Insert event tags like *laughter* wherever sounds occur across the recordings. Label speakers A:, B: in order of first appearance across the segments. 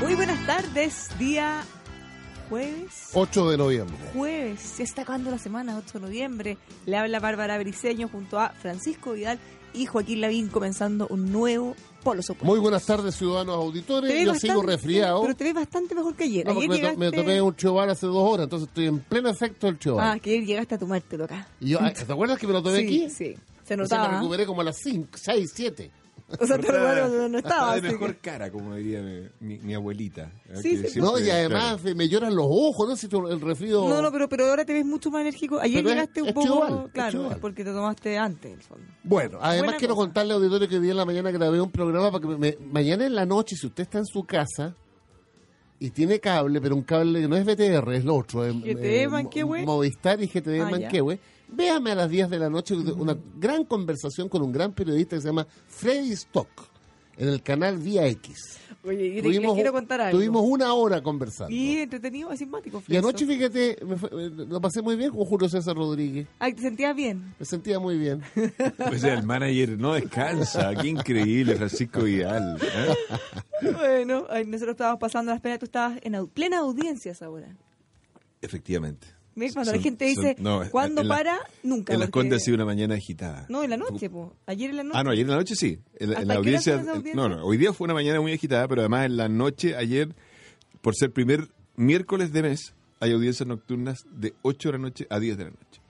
A: Muy buenas tardes, día jueves.
B: 8 de noviembre.
A: Jueves, se está acabando la semana, 8 de noviembre. Le habla Bárbara Briceño junto a Francisco Vidal y Joaquín Lavín comenzando un nuevo Polo Soporte.
B: Muy buenas tardes, ciudadanos auditores.
A: Te ves
B: Yo
A: bastante-
B: sigo resfriado.
A: Pero te ves bastante mejor que ayer.
B: No,
A: ayer
B: porque me, to-
A: llegaste,
B: me tomé un choval hace dos horas, entonces estoy en pleno efecto del choval.
A: Ah, que ayer llegaste a tomártelo acá.
B: Y yo, ay, ¿Te acuerdas que me lo tomé
A: sí,
B: aquí?
A: sí. Se
B: O sea, me
A: notaba. ¿eh?
B: recuperé como a las 5, 6, 7.
A: O sea, te
C: Portada-
A: recuerdo, no estaba.
C: *laughs* de
A: así
C: mejor
A: que-
C: cara, como diría mi, mi- mi abuelita. ¿eh?
A: Sí,
C: Que
A: sí.
B: No, y
C: siempre,
B: además eh, me lloran los ojos, ¿no? Si tú- el resfrío...
A: No, no, pero, pero ahora te ves mucho más enérgico. Ayer
B: Pero es-
A: llegaste un
B: es
A: poco.
B: chubal, es
A: claro,
B: chubal.
A: es porque te tomaste antes, en el fondo.
B: Bueno, además
A: buena
B: quiero
A: cosa.
B: contarle al auditorio que hoy día en la mañana grabé un programa para que me- me- mañana en la noche, si usted está en su casa y tiene cable, pero un cable que no es BTR, es lo otro. es,
A: GTE
B: eh, Mo-
A: Manquehue.
B: Movistar y GTD
A: Ah, ya.
B: Manquehue. Véame a las 10 de la noche de- una gran conversación con un gran periodista que se llama Freddy Stock en el canal Vía X.
A: Oye, y les quiero contar algo.
B: tuvimos una hora conversando.
A: Y entretenido, asimático.
B: Y anoche,
A: Frenzo.
B: fíjate, me fue- eh, lo pasé muy bien con Julio César Rodríguez.
A: Ay, te sentías
B: *laughs*
A: bien.
B: Me sentía muy
A: *laughs*
B: bien.
C: O sea, el manager no descansa. Qué increíble, Francisco Vidal. ¿eh?
A: Bueno, ay, nosotros estábamos pasando las penas, tú estabas en au- plena audiencia ahora.
C: Efectivamente.
A: ¿Ves? Cuando
C: Son-
A: la gente
C: son-
A: dice,
C: no, en-
A: ¿cuándo
C: en la-
A: para? Nunca.
C: En las
A: porque-
C: Condes ha sido una mañana agitada.
A: No, en la noche, po. Ayer en la noche.
C: Ah, no, ayer en la noche sí. En, la-
A: ¿Hasta
C: en la
A: qué hora
C: audiencia.
A: fue esa
C: en-
A: audiencia?
C: no, no, hoy día fue una mañana muy agitada, pero además en la noche, ayer, por ser primer miércoles de mes, hay audiencias nocturnas de 8 de la noche a 10 de la noche.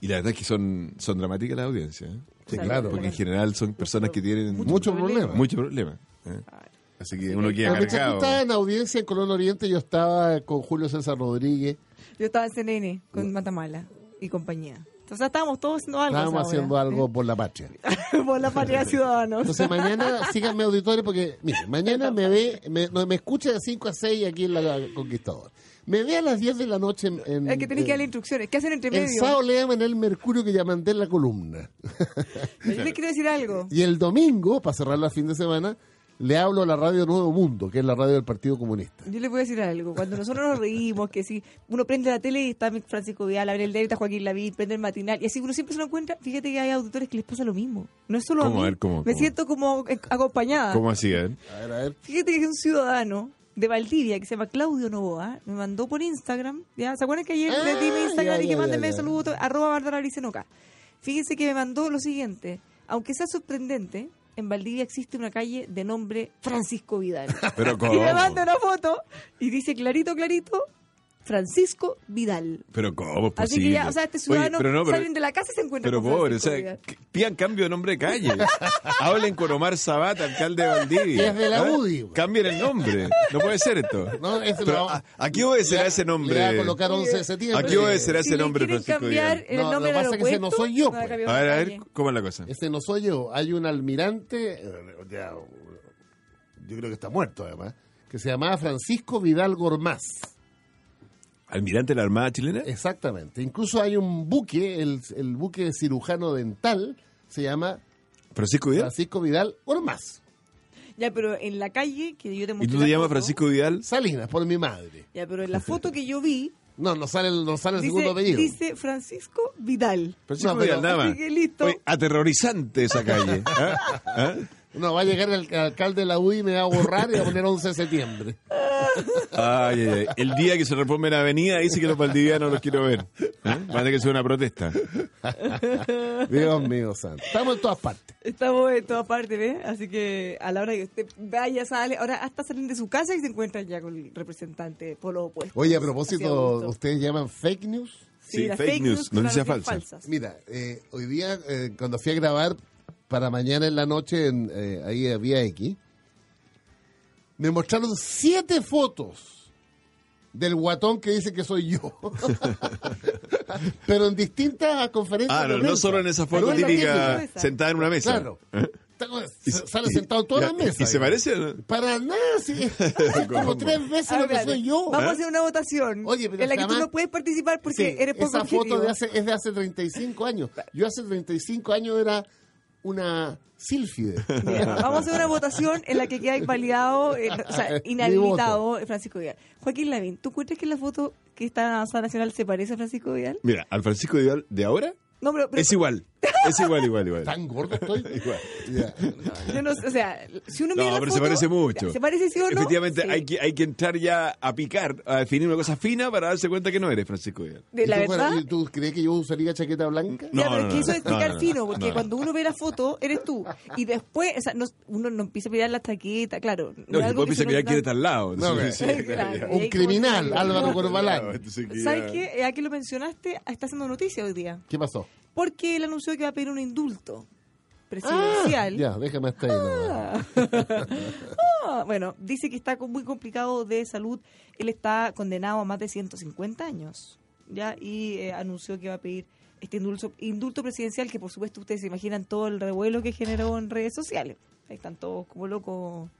C: Y la verdad es que son, son dramáticas las audiencias. ¿eh?
A: Sí,
B: claro.
C: Porque en general son personas que tienen
B: Mucho problema.
C: mucho problema. ¿eh? Así que uno queda
B: Pero mientras tú estabas
C: cargado.
B: en audiencia en Colón Oriente, yo estaba con Julio César Rodríguez.
A: Yo estaba en CNN con Matamala y compañía. Entonces estábamos todos haciendo algo. a esa
B: Estábamos
A: hora.
B: haciendo algo por la patria.
A: *laughs* Por la
B: *laughs*
A: patria de ciudadanos.
B: Entonces mañana
A: *laughs*
B: síganme auditores porque, mire, mañana me ve, me, no, me escucha de 5 a 6 aquí en La Conquistador. Me ve a las 10 de la noche en... en-
A: Es que tenés que darle
B: en-
A: instrucciones. ¿Qué hacen entre
B: El
A: medio?
B: sábado le llaman el Mercurio que ya mandé en la columna.
A: Yo les quiero decir algo.
B: Y el domingo, para cerrar la fin de semana, le hablo a la radio Nuevo Mundo, que es la radio del Partido Comunista.
A: Yo les voy a decir algo. Cuando nosotros nos reímos, que si uno prende la tele y está Francisco Vidal, Gabriel Delta, Joaquín Lavín, prende el matinal, y así uno siempre se lo encuentra. Fíjate que hay auditores que les pasa lo mismo. No es solo a
C: ¿Cómo?
A: mí.
C: A ver, ¿cómo,
A: Me
C: cómo?
A: siento como eh, acompañada.
C: ¿Cómo así, eh?
B: A ver, a ver.
A: Fíjate que es un ciudadano de Valdivia que se llama Claudio Novoa. Me mandó por Instagram. ¿ya? ¿Se acuerdan que ayer
B: Ah,
A: le di mi Instagram
B: ya,
A: y que
B: ya,
A: mándenme
B: ya, ya.
A: saludos? to- Arroba Bárbara Aricenoca. Fíjense que me mandó lo siguiente. Aunque sea sorprendente, en Valdivia existe una calle de nombre Francisco Vidal.
C: Pero
A: *laughs*
C: ¿cómo?
A: Y me manda una foto y dice clarito, clarito, Francisco Vidal.
C: Pero ¿cómo es posible?
A: Así que ya, o sea, este
C: Oye,
A: ciudadano
C: pero no, pero-
A: salen de la casa y se encuentran
C: Pero
A: con
C: pobre, o
A: Francisco
C: sea,
A: Vidal.
C: que- pidan cambio de nombre de calle. Hablen con Omar Sabat, alcalde de Valdivia.
B: Es de la
C: ¿Ah?
B: UDI, güey.
C: Cambien el nombre. No puede ser esto.
B: No, ese
C: Pero,
B: lo-
C: ¿a- ¿A qué obedecerá ese nombre?
B: Le va a colocar 11 de septiembre.
C: ¿A qué obedecerá
A: Si
C: ese
A: le
C: nombre,
A: quieren
C: Francisco
A: cambiar
C: Vidal?
A: el
B: No,
A: nombre
B: lo que
A: del
B: pasa es que ese no
A: aeropuerto,
B: soy yo,
A: no,
B: pues.
A: la cambió
C: A ver,
A: la
C: a ver,
A: calle.
C: ¿cómo es la cosa?
B: Ese no soy yo. Este, Hay un almirante, eh, ya, yo creo que está muerto además, que se llamaba Francisco Vidal Gormaz.
C: ¿Almirante de la Armada Chilena?
B: Exactamente. Incluso hay un buque, el, el buque cirujano dental, se llama
C: ¿Francisco Vidal?
B: Francisco Vidal Gormaz.
A: Ya, pero en la calle que yo te mostré.
C: ¿Y tú
A: la
C: te llamas
A: foto-
C: Francisco Vidal?
B: Salinas, por mi madre.
A: Ya, pero en la foto que yo
B: *laughs*
A: vi,
B: No, no sale, el- no sale el segundo
A: dice,
B: apellido.
A: dice Francisco Vidal.
C: Francisco
B: No, pero-
C: Vidal, nada más.
A: Así que listo.
C: Oye, aterrorizante esa calle. ¿ah? ¿ah?
B: No, va a llegar el alcalde de la UI y me va a borrar y va a poner 11 de septiembre.
C: Ay, ay, ay. El día que se reforme la avenida dice que los valdivianos los quiero ver. ¿Eh? Van a tener que ser una protesta.
B: Dios mío, santo. Estamos en todas partes.
A: Estamos en todas partes, ¿ves? Así que a la hora que usted vaya, sale. Ahora hasta salen de su casa y se encuentran ya con el representante por lo opuesto.
B: Oye, a
A: Hacia
B: propósito,
A: Augusto.
B: ¿ustedes llaman fake news?
C: Sí,
A: las
C: fake news,
A: son las
C: noticias falsas.
B: Mira, eh, hoy día, eh, cuando fui a grabar para mañana en la noche, en, eh, ahí a Vía X, me mostraron siete fotos del guatón que dice que soy yo. *laughs* Pero en distintas conferencias.
C: Ah,
B: de
C: no, no
B: prensa.
C: solo en esa foto
B: Pero es la
C: típica
A: mesa.
C: sentada en una mesa.
B: Claro. Está con-
C: *laughs* Y-
B: sale
C: y-
B: sentado en todas
C: y-
B: las mesas.
C: ¿Y se
B: digamos.
C: parece? no?
B: Para nada, sí.
C: *laughs*
B: Es como tres veces
A: Ah,
B: lo que
A: espérate.
B: soy yo. ¿eh?
A: Vamos a hacer una votación
B: Oye, pero
A: en la que
B: jamás-
A: tú no puedes participar porque
B: Sí,
A: eres poco
B: Esa
A: objetivo. *laughs*
B: foto de hace, es de hace 35 años. Yo hace 35 años era una
C: *laughs*
B: sílfide.
A: Ya, Vamos a hacer una votación en la que queda invalidado, eh, o sea, inhabilitado eh, Francisco Vidal. Joaquín Lavín, ¿tú crees que la foto que está en la Avanzada Nacional se parece a Francisco Vidal?
C: Mira, al Francisco Vidal de ahora
A: No, pero, pero
C: es igual. Es igual,
A: *laughs*
C: igual, igual.
B: Tan gordo estoy.
C: *laughs* Igual.
B: Ya.
A: yo no sé, o sea, si uno
C: No,
A: mira la
C: pero se
A: foto,
C: parece mucho.
A: ¿Se parece sí o no?
C: Efectivamente,
A: Sí.
C: hay, que, hay que entrar ya a picar, a definir una cosa fina para darse cuenta que no eres Francisco Vidal.
A: De la
B: ¿Y tú,
A: verdad...
B: Juan, ¿y ¿Tú crees que yo usaría chaqueta blanca?
C: No,
A: ya, pero
C: no,
A: quiso
C: no,
A: explicar
C: no, no,
A: fino, porque
C: no.
A: cuando uno ve la foto, eres tú. Y después, o sea, no- uno no empieza a mirar la taqueta, claro.
C: No,
A: es
C: y
A: algo
C: después
A: que se
C: piensa que ya
A: nos
C: quiere
A: da-
C: estar al lado.
B: No,
C: Entonces, sí, *laughs*
A: Claro,
C: ya.
A: y
B: Un
A: ahí
B: criminal,
A: como- *laughs*
B: Álvaro
C: Claro,
B: Corbalán.
C: entonces que
A: ¿Sabes
C: ya-
A: qué? Ya que lo mencionaste, está haciendo noticia hoy día.
B: ¿Qué pasó?
A: Porque él anunció que va a pedir un indulto
B: Ah,
A: presidencial.
B: ya, déjame hasta ahí. nomás.
A: Ah, bueno, dice que está con- muy complicado de salud. Él está condenado a más de 150 años. ya Y eh, anunció que va a pedir este indulto, indulto presidencial, que por supuesto ustedes se imaginan todo el revuelo que generó en redes sociales. Ahí están todos como locos.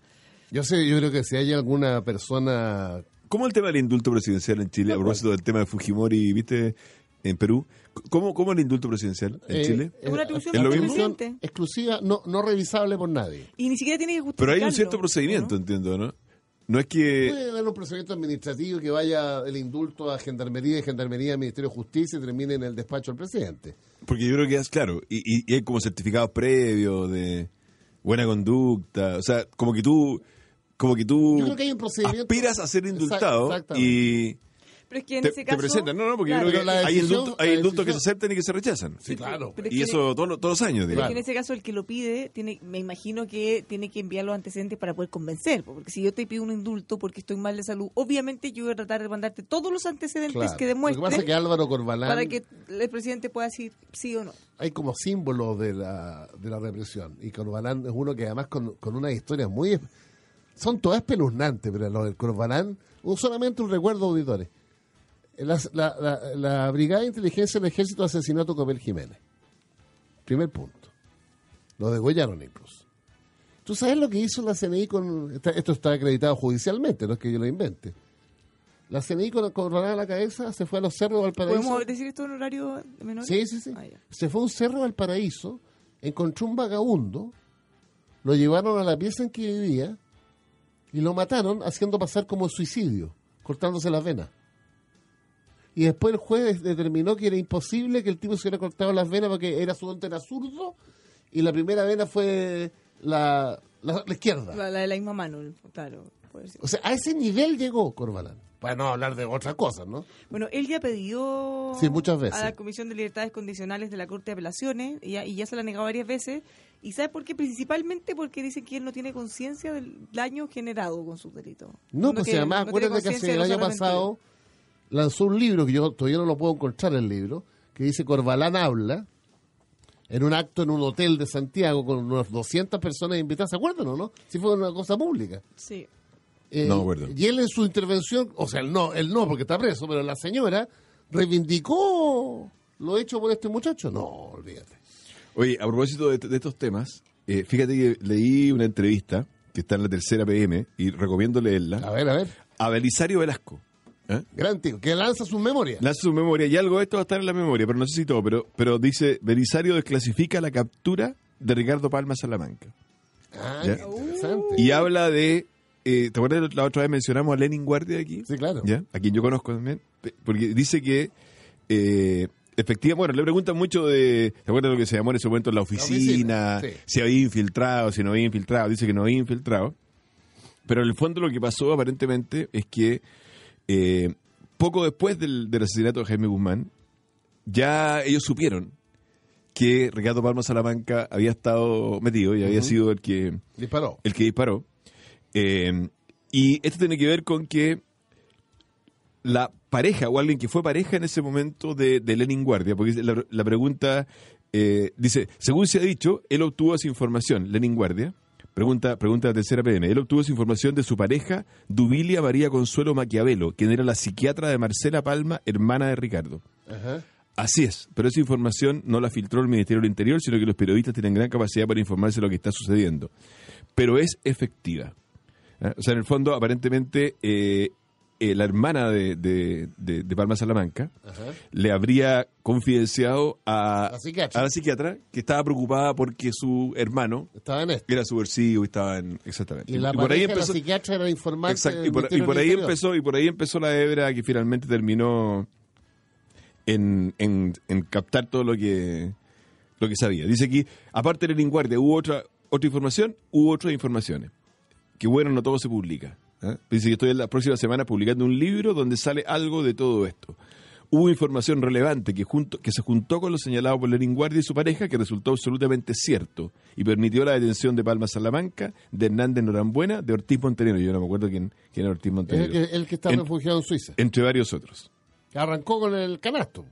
B: Yo sé, yo creo que si hay alguna persona.
C: ¿Cómo el tema del indulto presidencial en Chile, a propósito del tema de Fujimori, viste, en Perú? ¿Cómo, cómo el indulto presidencial en
B: eh,
C: Chile?
A: Es una atribución
C: ¿Es lo
A: del
C: mismo?
A: presidente.
B: exclusiva, no, no revisable por nadie.
A: Y ni siquiera tiene que justificar.
C: Pero hay un cierto procedimiento, entiendo, ¿no? No es que...
B: Puede haber un procedimiento administrativo que vaya el indulto a Gendarmería y Gendarmería al Ministerio de Justicia y termine en el despacho del presidente.
C: Porque yo creo que es claro. Y, y- y hay como certificados previos de buena conducta. O sea, como que tú... Como que tú
B: Yo creo que hay un procedimiento-
C: aspiras a ser
B: Exact-
C: indultado
B: exactamente.
C: y
A: Pero es que en
C: te,
A: ese
C: te
A: caso.
C: presentan. No, no, porque
A: Claro,
C: yo creo
B: Pero la
C: que hay,
B: decisión-
C: indulto- hay
B: la
C: indultos que se
B: decisión-
C: aceptan y que se rechazan.
B: Sí, claro.
A: Pero es
C: Y
A: que-
C: eso todos los- todos los años,
A: Pero
C: digamos.
A: que en ese caso el que lo pide, tiene, me imagino que tiene que enviar los antecedentes para poder convencer, porque si yo te pido un indulto porque estoy mal de salud, obviamente yo voy a tratar de mandarte todos los antecedentes
B: Claro.
A: Pues que
B: Lo que pasa
A: demuestren
B: es que Álvaro Corbalán,
A: para que el presidente pueda decir sí o no.
B: hay como símbolo de la, de la represión. Y Corbalán es uno que además con, con unas historias muy... Son todas espeluznantes, pero lo del Corbalán, un, solamente un recuerdo, auditores. La, la- la- la Brigada de Inteligencia del Ejército asesinó a Tocopel Jiménez. Primer punto. Lo degollaron incluso. ¿Tú sabes lo que hizo la CNI con... está- esto está acreditado judicialmente, no es que yo lo invente. La CNI con Corbalán a la cabeza se fue a los cerros del paraíso.
A: ¿Podemos decir esto en horario menor?
B: Sí, sí, sí.
A: Ah, ya.
B: se fue a un cerro al paraíso, encontró un vagabundo, lo llevaron a la pieza en que vivía y lo mataron haciendo pasar como suicidio, cortándose las venas. Y después el juez determinó que era imposible que el tipo se hubiera cortado las venas porque era su era zurdo y la primera vena fue la, la- la izquierda.
A: La, la de la misma mano, claro. puede ser.
B: O sea, a ese nivel llegó Corbalán. Para no hablar de otras cosas, ¿no?
A: Bueno, él ya pidió
B: Sí, muchas veces.
A: a la Comisión de Libertades Condicionales de la Corte de Apelaciones y ya, y ya se la ha negado varias veces. ¿Y sabe por qué? Principalmente porque dice que él no tiene conciencia del daño generado con sus delitos.
B: No, pues
A: que-
B: además,
A: no tiene
B: acuérdate que
A: conciencia
B: hace
A: de
B: el
A: los
B: año
A: arrepentidos.
B: pasado lanzó un libro que yo todavía no lo puedo encontrar el libro, que dice Corbalán habla en un acto en un hotel de Santiago con unas 200 personas invitadas, ¿se acuerdan o no? Si fue una cosa pública.
A: Sí.
B: Eh,
C: No me acuerdo.
B: Y él en su intervención, o sea, él no, él no porque está preso, pero la señora reivindicó lo hecho por este muchacho. No, olvídate.
C: Oye, a propósito de, de estos temas, eh, fíjate que leí una entrevista que está en la tercera PM y recomiendo
B: A
C: leerla
B: ver, a ver.
C: a Belisario Velasco. ¿eh?
B: Gran tío, que lanza sus memorias.
C: Lanza su memoria y algo de esto va a estar en la memoria, pero no sé si todo, pero, pero dice, Belisario desclasifica la captura de Ricardo Palma Salamanca.
B: Ah,
C: Ya.
B: qué interesante.
C: Y habla de, eh, ¿te acuerdas la otra vez mencionamos a Lenin Guardia aquí?
B: Sí, claro.
C: ¿Ya? A quien yo conozco también, pe- porque dice que eh, efectiva. Bueno, le preguntan mucho de. ¿Se acuerdan lo que se llamó en ese momento la oficina?
B: oficina, sí.
C: Si había infiltrado, si no había infiltrado. Dice que no había infiltrado. Pero en el fondo lo que pasó aparentemente es que eh, poco después del, del asesinato de Jaime Guzmán, ya ellos supieron que Ricardo Palma Salamanca había estado metido y había sido el que
B: Disparó.
C: el que disparó. Eh, y esto tiene que ver con que la pareja o alguien que fue pareja en ese momento de, de Lenin Guardia, porque la, la pregunta eh, dice, según se ha dicho, él obtuvo esa información, Lenin Guardia, pregunta, pregunta de la tercera PN, él obtuvo esa información de su pareja, Dubilia María Consuelo Maquiavelo, quien era la psiquiatra de Marcela Palma, hermana de Ricardo.
B: Ajá.
C: Así es, pero esa información no la filtró el Ministerio del Interior, sino que los periodistas tienen gran capacidad para informarse de lo que está sucediendo. Pero es efectiva. ¿eh? O sea, en el fondo, aparentemente, eh, eh, la hermana de, de- de- de Palma Salamanca
B: Ajá.
C: le habría confidenciado a
B: La psiquiatra.
C: a la psiquiatra que estaba preocupada porque su hermano
B: Estaba en esto.
C: era subversivo y estaba en... Exactamente.
B: Y la
C: Y
B: pareja de la psiquiatra era informante.
C: Exacto, y
B: del
C: por, y
B: Ministerio
C: por
B: del
C: ahí
B: Interior.
C: empezó y por ahí empezó la hebra que finalmente terminó en, en- en captar todo lo que lo que sabía. Dice aquí, aparte del linguardia, hubo otra otra información, hubo otras informaciones. Que bueno, no todo se publica. ¿eh? Dice que estoy la próxima semana publicando un libro donde sale algo de todo esto. Hubo información relevante que, junto, que se juntó con lo señalado por Lenin Guardia y su pareja, que resultó absolutamente cierto y permitió la detención de Palma Salamanca, de Hernández Norambuena, de Ortiz Montenegro. Yo no me acuerdo quién, quién era Ortiz
B: Es el
C: Montenegro.
B: que, el que está
C: En-
B: refugiado en Suiza.
C: Entre varios otros.
B: Arrancó con el
A: *coughs*
B: canasto.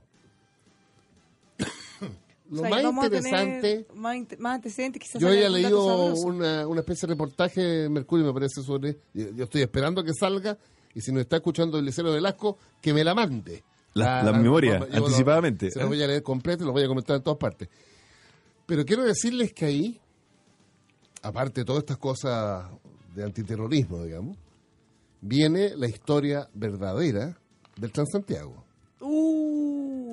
A: O
B: Lo
A: sea,
B: más
A: que vamos a tener
B: interesante.
A: Más, inte- más antecedentes, quizás.
B: Yo
A: haya
B: había
A: algún dato
B: leído
A: sabroso.
B: una, una especie de reportaje de Mercurio, me parece, sobre. Yo, yo estoy esperando que salga, y si nos está escuchando el Liceo Velasco, que me la mande. Ah,
C: La- la memoria,
B: yo lo-
C: anticipadamente,
B: se la
C: ¿eh?
B: voy a leer completa y lo voy a comentar en todas partes. Pero quiero decirles que ahí, aparte de todas estas cosas de antiterrorismo, digamos, viene la historia verdadera del Transantiago.
A: Uy.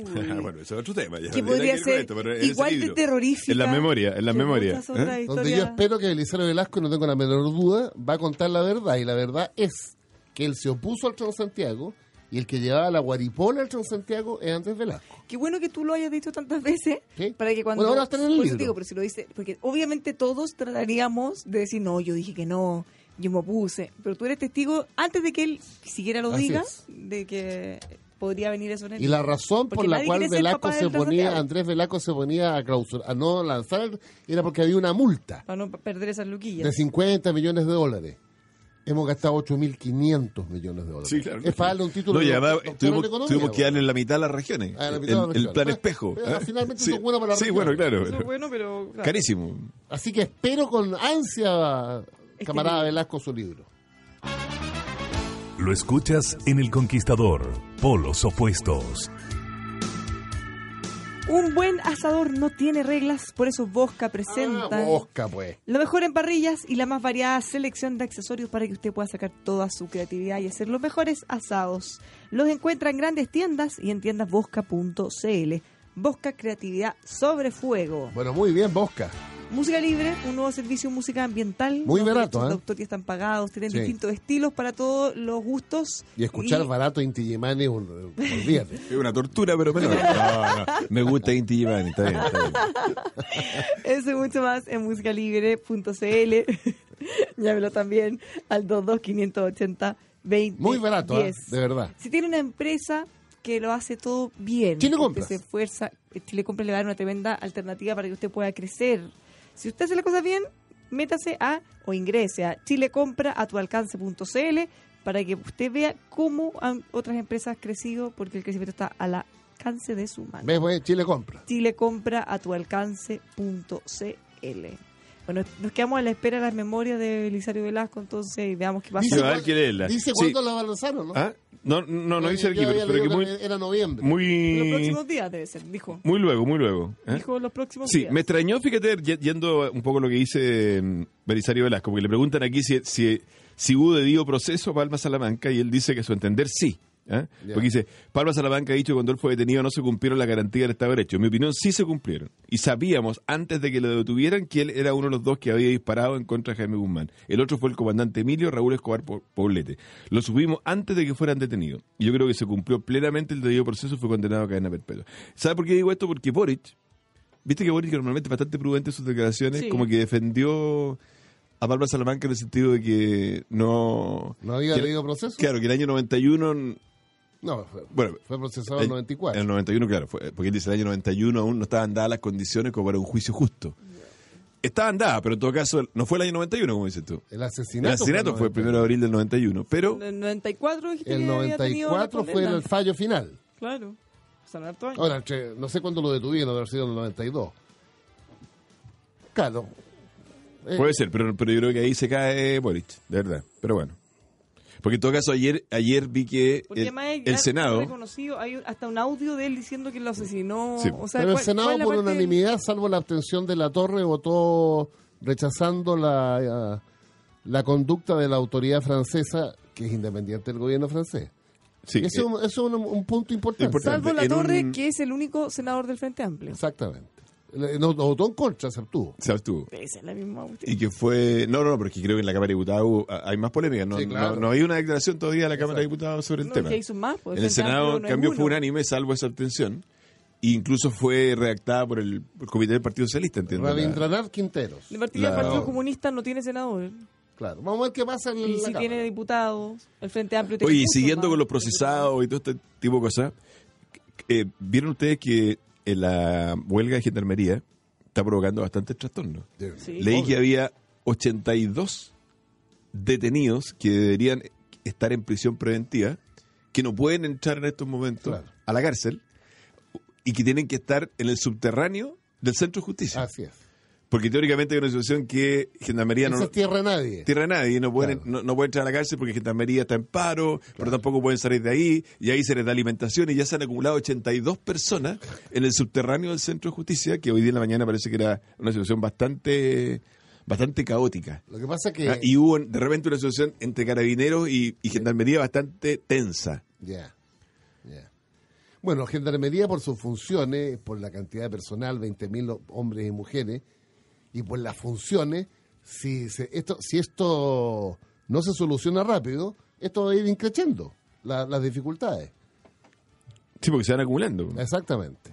C: *laughs* bueno, eso es otro tema. ya.
A: Que
C: Tiene
A: podría
C: ver con
A: ser
C: esto, pero en ese
A: igual de
C: libro.
A: terrorífica
C: En la memoria, en la
A: que
C: memoria.
A: muchas otras
C: ¿eh?
A: historias.
B: Donde yo espero que Belisario Velasco, no tengo la menor duda, va a contar la verdad. Y la verdad es que él se opuso al Transantiago y el que llevaba la guaripola al Transantiago es Andrés Velasco.
A: Qué bueno que tú lo hayas dicho tantas veces
B: Sí.
A: para que cuando
B: Bueno, ahora está en el
A: por eso
B: libro.
A: digo, pero si lo dice, porque obviamente todos trataríamos de decir no, yo dije que no, yo me opuse, pero tú eres testigo antes de que él siquiera lo
B: Así
A: diga
B: es.
A: de que podría venir eso en él.
B: Y la razón por
A: Porque
B: la
A: nadie
B: cual
A: quiere ser
B: Velasco
A: papá
B: se
A: del
B: ponía,
A: Transantiago.
B: Andrés Velasco se ponía a clausurar, a no lanzar, el- era porque había una multa
A: para no perder esas luquillas.
B: de 50 millones de dólares. Hemos gastado 8.500 millones de dólares.
C: Sí, claro.
B: Es para darle un título
C: No, y
B: de
C: además
B: doctor en
C: tuvimos,
B: economía,
C: tuvimos
B: bueno.
C: que darle la mitad a las regiones.
B: A la mitad
C: el,
B: de las
C: el
B: regiones.
C: plan
B: Pero-
C: espejo.
B: pero
C: ¿eh?
B: finalmente
C: sí,
B: son buenos para las
C: Sí,
B: regiones.
C: bueno, claro.
A: Eso es bueno, pero claro.
C: Carísimo.
B: Así que espero con ansia,
A: Este
B: camarada
A: libro.
B: Velasco, su libro.
D: Lo escuchas en El Conquistador, polos opuestos.
A: Un buen asador no tiene reglas, por eso Bosca presenta
B: Ah, Oscar, pues.
A: Lo mejor en parrillas y la más variada selección de accesorios para que usted pueda sacar toda su creatividad y hacer los mejores asados. Los encuentra en grandes tiendas y en tiendasbosca.cl. Bosca Creatividad sobre Fuego.
B: Bueno, muy bien, Bosca.
A: Música libre, un nuevo servicio de música ambiental.
B: Muy
A: Los
B: barato,
A: derechos
B: ¿eh?
A: de autor ya están pagados, tienen
B: Sí.
A: distintos estilos para todos los gustos.
B: Y escuchar barato Inti Yemane, un, un- olvídate.
C: *laughs* Es una tortura, pero menor. No, no. Me gusta Inti Givani, está bien, está bien.
A: *laughs* Eso y mucho más en musicalibre.cl. *laughs* Llámelo también al 22580 20
B: Muy barato, ¿eh?
A: 10.
B: de verdad.
A: Si tiene una empresa que lo hace todo bien,
B: Chile
A: que
B: Compras.
A: se esfuerza, eh, Chile Compras le va a dar una tremenda alternativa para que usted pueda crecer. Si usted hace las cosas bien, métase a o ingrese a chilecompraatualcance.cl para que usted vea cómo han otras empresas crecido, porque el crecimiento está al alcance de su mano
B: ¿Ves? pues, Chile compra.
A: chilecompraatualcance.cl. Bueno, nos quedamos a la espera de las memorias de Elisario Velasco, entonces, y veamos qué pasa.
C: Dice- va a haber que leerla.
B: dice
C: Sí.
B: cuándo la lanzaron, ¿no?
C: ¿Ah? No, no, no dice
B: Yo
C: aquí, pero,
B: había
C: pero que
B: leído
C: muy,
B: que Era noviembre.
A: Los
C: muy,
A: próximos días debe ser, dijo.
C: muy luego, muy luego. ¿eh?
A: Dijo los próximos
C: Sí,
A: días.
C: me extrañó, fíjate, y- yendo un poco lo que dice mm, Belisario Velasco, porque le preguntan aquí si, si, si hubo debido proceso a Palma Salamanca y él dice que a su entender sí, ¿eh?
B: Ya.
C: Porque dice, Pablo Salamanca ha dicho que cuando él fue detenido no se cumplieron las garantías del Estado de Derecho. En mi opinión, sí se cumplieron. Y sabíamos, antes de que lo detuvieran, que él era uno de los dos que había disparado en contra de Jaime Guzmán. El otro fue el comandante Emilio Raúl Escobar Po- Poblete. Lo subimos antes de que fueran detenidos. Y yo creo que se cumplió plenamente el debido proceso y fue condenado a cadena perpetua. ¿Sabe por qué digo esto? Porque Boric, viste que Boric que normalmente es bastante prudente en sus declaraciones,
A: Sí.
C: como que defendió a Pablo Salamanca en el sentido de que no...
B: ¿No había
C: que-
B: leído proceso?
C: Claro, que el año 91
B: No, fue,
C: bueno,
B: fue procesado en
C: el-
B: 94.
C: En el 91, claro, fue- porque él dice el año 91 aún no estaban dadas las condiciones como para un juicio justo. Estaban dadas, pero en todo caso no fue el año 91, como dices tú.
B: El
C: El
B: asesinato,
C: asesinato fue el 1 de
B: 94.
C: abril del 91, pero
A: En el 94 dijiste
B: El
A: que había tenido la
B: 94 fue
A: condena.
B: el fallo final.
A: Claro. Pasaron harto
C: Oh,
A: años.
B: Ahora, entre- no sé cuándo lo detuvieron, debe haber sido en el 92. Claro. Eh,
C: puede ser, pero, pero yo creo que ahí se cae Boric, de verdad. Pero bueno. Porque en todo caso ayer ayer vi que
A: Porque
C: el,
A: además es
C: el
A: gran-
C: Senado,
A: reconocido, hay un- hasta un audio de él diciendo que lo asesinó.
C: Sí.
A: O sea,
B: pero el
A: ¿cuál- cuál
B: Senado,
A: es la
B: por
A: parte del-
B: unanimidad, salvo la abstención de la Torre, votó rechazando la, eh, la conducta de la autoridad francesa, que es independiente del gobierno francés.
C: sí,
B: Ese es
C: eh,
B: un, ese es un- un punto importante.
C: Importante.
A: Salvo la
C: en un-
A: Torre, que es el único senador del Frente Amplio.
B: Exactamente. Le- No, no votó en contra, se obtuvo.
C: ¿sabes tú?
A: Esa es la misma cuestión.
C: Y que fue. No, no, no, pero es que creo que en la Cámara de Diputados hubo- ah, hay más polémica. No,
B: Sí, claro.
C: no, no hay una declaración todavía de la Cámara de Diputados sobre el
A: No,
C: tema.
A: que hizo más, pues,
C: en el
A: Frente
C: Senado,
A: Amplio
C: en
A: no es
C: cambio,
A: uno.
C: fue unánime, salvo esa abstención. E incluso fue redactada por el, por el Comité del Partido Socialista, entiendo. la-
B: Rabindranath Quinteros.
A: El partido, el
C: Claro.
A: Partido Comunista no tiene senador.
B: Claro. Vamos a ver qué pasa en
A: Y
B: la
A: si
B: Cámara.
A: tiene diputados, el Frente Amplio tiene
C: Oye, y
A: mucho
C: siguiendo
A: más.
C: con los procesados y todo este tipo de cosas, eh, ¿vieron ustedes que en la huelga de gendarmería está provocando bastantes trastornos?
A: Sí.
C: Leí que había 82 detenidos que deberían estar en prisión preventiva, que no pueden entrar en estos momentos
B: Claro.
C: a la cárcel y que tienen que estar en el subterráneo del centro de justicia.
B: Así es.
C: Porque teóricamente hay una situación que Gendarmería
B: No
C: no
B: se tierra a nadie.
C: tierra a nadie, no pueden,
B: Claro.
C: no, no pueden entrar a la cárcel porque Gendarmería está en paro, pero tampoco pueden salir de ahí, y ahí se les da alimentación, y ya se han acumulado 82 personas en el subterráneo del Centro de Justicia, que hoy día en la mañana parece que era una situación bastante, bastante caótica.
B: Lo que pasa es que.
C: Ah, Y hubo de repente una situación entre carabineros y, y Gendarmería bastante tensa.
B: Ya, ya. Bueno, Gendarmería por sus funciones, por la cantidad de personal, 20.000 hombres y mujeres, y por las funciones, si, se- esto, si esto no se soluciona rápido, esto va a ir increciendo la- las dificultades.
C: Sí, porque se van acumulando.
B: Exactamente.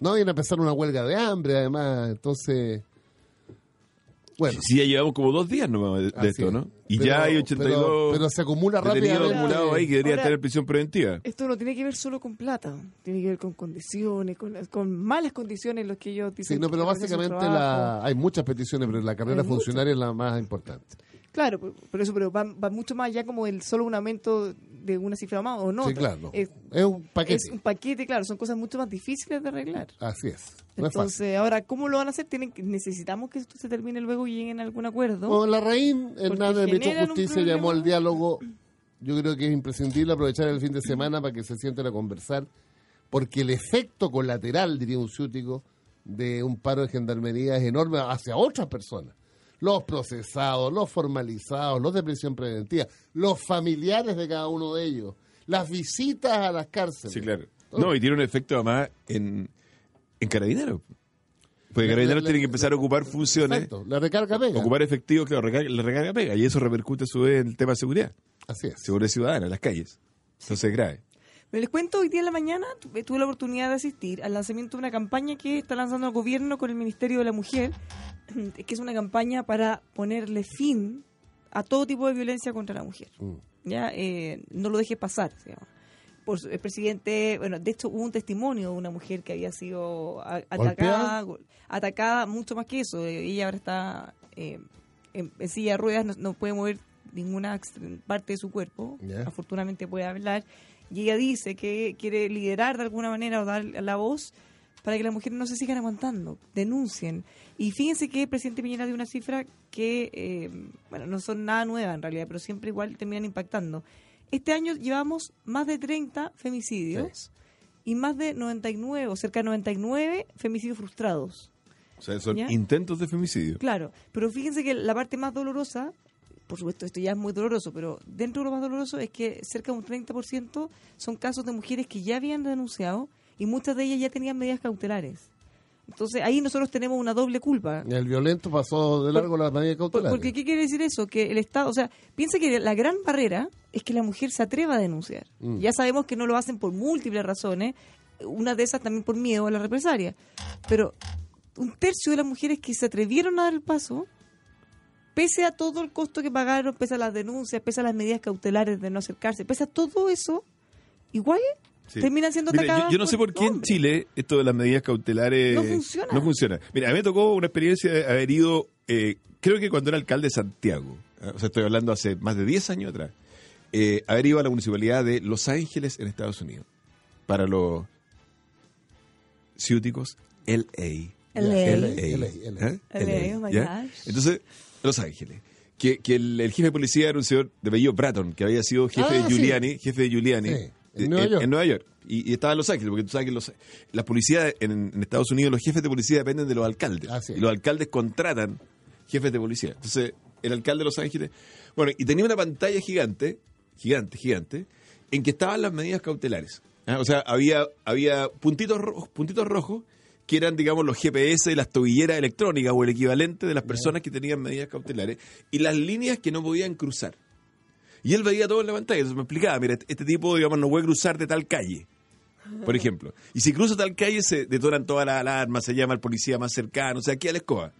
B: No viene a empezar una huelga de hambre, además, entonces... Bueno,
C: Sí, ya llevamos como dos días nomás de, de
B: así
C: esto,
B: es.
C: ¿no? Y
B: Pero-
C: ya hay 82
B: Pero, pero se acumula
C: detenidos
B: rápidamente.
C: acumulados ahí que deberían
A: Ahora-
C: estar en prisión preventiva.
A: Esto no tiene que ver solo con plata, tiene que ver con condiciones, con, con malas condiciones los que ellos dicen.
B: Sí, no,
A: que
B: pero
A: realizan su
B: básicamente
A: trabajo.
B: la, hay muchas peticiones, pero la carrera
A: Hay muchas.
B: funcionaria es la más importante.
A: Claro, por, por eso, pero va, va mucho más allá como el solo un aumento de una cifra más o no.
B: Sí, claro.
A: Es,
B: Es, un paquete.
A: es un paquete, claro, son cosas mucho más difíciles de arreglar.
B: Así es. No es fácil.
A: Entonces, ahora, ¿cómo lo van a hacer? Tienen, que- necesitamos que esto se termine luego y lleguen a algún acuerdo.
B: Bueno, la reina Hernández del Ministro de
A: generan un
B: Justicia llamó al
A: problema.
B: diálogo. Yo creo que es imprescindible aprovechar el fin de semana para que se sienten a conversar, porque el efecto colateral, diría un ciútico, de un paro de gendarmería es enorme hacia otras personas. Los procesados, los formalizados, los de prisión preventiva, los familiares de cada uno de ellos, las visitas a las cárceles.
C: Sí, claro.
B: Todo.
C: No, y tiene un efecto además en, en carabineros. Porque
B: La-
C: carabineros
B: la-
C: tienen que
B: la-
C: empezar a ocupar funciones,
B: Exacto, la recarga pega.
C: ocupar efectivos, claro, recarga, la recarga pega. Y eso repercute a su vez en el tema de seguridad,
B: Así es.
C: seguridad ciudadana, en las calles. Entonces es grave.
A: Me les cuento, hoy día en la mañana tuve, tuve la oportunidad de asistir al lanzamiento de una campaña que está lanzando el gobierno con el Ministerio de la Mujer, *clears throat* que es una campaña para ponerle fin a todo tipo de violencia contra la mujer.
B: Mm.
A: ya eh, No lo dejes pasar, se llama. Por su- el presidente, bueno, de hecho hubo un testimonio de una mujer que había sido a- atacada, gol- atacada mucho más que eso. Eh, Ella ahora está eh, en, en silla de ruedas, no, no puede mover ninguna extre- parte de su cuerpo,
B: Ya.
A: afortunadamente puede hablar. Y ella dice que quiere liderar de alguna manera o dar la voz para que las mujeres no se sigan aguantando, denuncien. Y fíjense que el presidente Piñera dio una cifra que, eh, bueno, no son nada nuevas en realidad, pero siempre igual terminan impactando. Este año llevamos más de 30 femicidios y más de 99, o cerca de 99 femicidios frustrados.
C: O sea, son
A: ¿Ya?
C: intentos de femicidio.
A: Claro, pero fíjense que la parte más dolorosa por supuesto, esto ya es muy doloroso, pero dentro de lo más doloroso es que cerca de un 30% son casos de mujeres que ya habían denunciado y muchas de ellas ya tenían medidas cautelares. Entonces ahí nosotros tenemos una doble culpa.
B: El violento pasó de largo la medida
A: Por-
B: cautelar.
A: porque, ¿qué quiere decir eso? Que el Estado, o sea, piensa que la gran barrera es que la mujer se atreva a denunciar.
C: Mm.
A: Ya sabemos que no lo hacen por múltiples razones, una de esas también por miedo a la represalia. Pero un tercio de las mujeres que se atrevieron a dar el paso, pese a todo el costo que pagaron, pese a las denuncias, pese a las medidas cautelares de no acercarse, pese a todo eso, igual
C: Sí.
A: terminan siendo
C: Mira,
A: atacadas.
C: yo, yo no sé por qué en
A: hombres.
C: Chile esto de las medidas cautelares
A: No funciona.
C: no funciona. Mira, a mí me tocó una experiencia de haber ido, eh, creo que cuando era alcalde de Santiago, eh, o sea, estoy hablando hace más de 10 años atrás, eh, haber ido a la municipalidad de Los Ángeles en Estados Unidos para los ciúticos LA.
A: LA.
B: LA.
C: ¿Eh?
A: LA, oh my
C: ¿ya?
A: gosh.
C: Entonces, Los Ángeles. Que, que el, el jefe de policía era un señor de apellido Bratton, que había sido jefe
B: Ah,
C: de
B: sí.
C: Giuliani, jefe de Giuliani eh,
B: Sí, en Nueva York.
C: York. Y, y estaba en Los Ángeles, porque tú sabes que los, las policías en, en Estados Unidos, los jefes de policía dependen de los alcaldes.
B: Así es.
C: Y los alcaldes contratan jefes de policía. Entonces, el alcalde de Los Ángeles. Bueno, y tenía una pantalla gigante, gigante, gigante, en que estaban las medidas cautelares. Ah, O sea, había, había puntitos, rojos, puntitos rojos que eran, digamos, los GPS y las tobilleras electrónicas o el equivalente de las personas que tenían medidas cautelares y las líneas que no podían cruzar. Y él veía todo en la pantalla. Entonces me explicaba, mira, este tipo, digamos, no puede cruzar de tal calle. Por ejemplo. Y si cruza tal calle, se detonan todas las alarmas, se llama al policía más cercano, o sea, aquí a la escoba.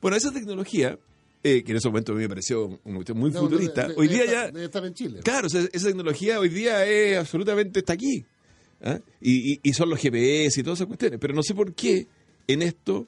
C: Bueno, esa tecnología, eh, que en ese momento a mí me pareció una cuestión muy
B: No,
C: futurista,
B: de- de-
C: hoy
B: de
C: día
B: estar-
C: ya...
B: de estar en Chile.
C: Claro, o sea, esa tecnología hoy día es absolutamente está aquí. ¿ah? Y, y- y son los GPS y todas esas cuestiones. Pero no sé por qué en esto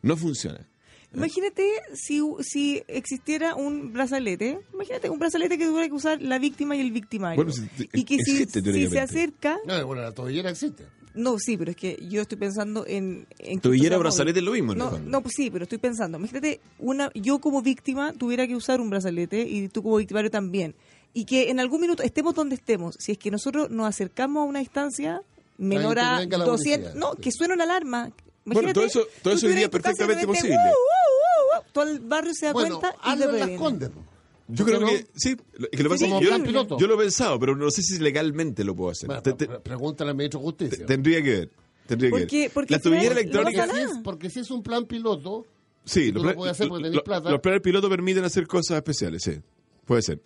C: no funciona.
A: Imagínate si, si existiera un brazalete, imagínate un brazalete que tuviera que usar la víctima y el victimario.
C: Bueno, si- si-
A: y que si,
C: existe,
A: si
C: teóricamente.
A: se acerca,
B: No, bueno, la tobillera existe.
A: no, sí, pero es que yo estoy pensando en... en
C: Tu
A: cosas
C: billera
A: móviles.
C: brazalete es lo mismo, en el
A: No,
C: fondo.
A: no, pues sí, pero estoy pensando, imagínate, una, yo como víctima tuviera que usar un brazalete y tú como victimario también. Y que en algún minuto, estemos donde estemos, si es que nosotros nos acercamos a una distancia menor a
B: intervenga la
A: 200,
B: policía.
A: no,
B: Sí.
A: que suena una alarma.
C: Bueno, todo eso- todo
A: tú
C: eso hoy
A: estuvieras
C: día
A: en tu casa y de
C: perfectamente
A: repente,
C: posible.
A: "Uh, uh, uh", todo el barrio se da
B: Bueno,
A: cuenta y
B: hazlo
A: te
B: en las
A: previene.
B: condes. po.
C: Yo
B: ¿Por
C: creo
B: qué
C: que
B: no?
C: sí. lo- es que lo que pasa es
B: como
C: que
B: plan
C: yo,
B: piloto.
C: yo lo he pensado, pero no sé si legalmente lo puedo hacer.
B: Bueno,
C: Te- te-
B: pre- pregúntale al ministro de Justicia.
C: tendría que ver. Tendría
A: Porque-
C: que ver.
A: porque
C: la
A: al final
C: tobillera
A: no
C: electrónica.
A: pasa
B: porque, si
A: nada.
B: es, porque si es un plan piloto,
C: Sí,
B: Tú
C: los,
B: lo
C: pla-
B: puedes hacer porque tenés
C: lo-
B: plata.
C: los planes piloto permiten hacer cosas especiales, sí. Puede ser.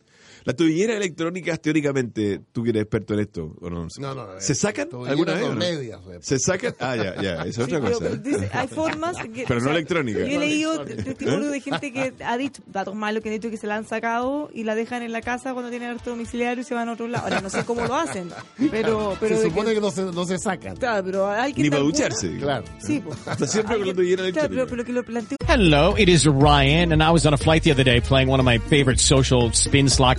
C: Las tobilleras electrónicas, teóricamente, tú que eres experto en esto, ¿o no?
B: No, no, no,
C: ¿Se
B: eh,
C: sacan
B: tobillera
C: alguna vez?
B: con
C: o no?
B: medias, eh.
C: ¿Se sacan? Ah, ya, ya, esa es
A: Sí,
C: otra
A: pero-
C: cosa.
A: pero
C: ¿eh?
A: dice, hay
C: *laughs*
A: formas que-
C: Pero no electrónica.
A: Yo he
C: No
A: leído
B: electrónica.
A: testimonios de gente que ha dicho datos malos que han dicho que se la han sacado y la dejan en la casa cuando tienen arresto domiciliario y se van a otro lado. Ahora no sé cómo lo hacen, pero pero
B: se
A: de
B: supone
A: que-
B: que, no, se, no se sacan.
A: Claro, pero alguien
C: Ni
A: de
C: para
A: alguna-
C: ducharse.
B: Claro.
A: Sí, pues.
C: *laughs* Está siempre con la
A: Alguien-
C: tobillera electrónica.
A: Claro, pero, pero que lo planteo
E: Hello, it is Ryan, and I was on a flight the other day playing one of my favorite social spin slot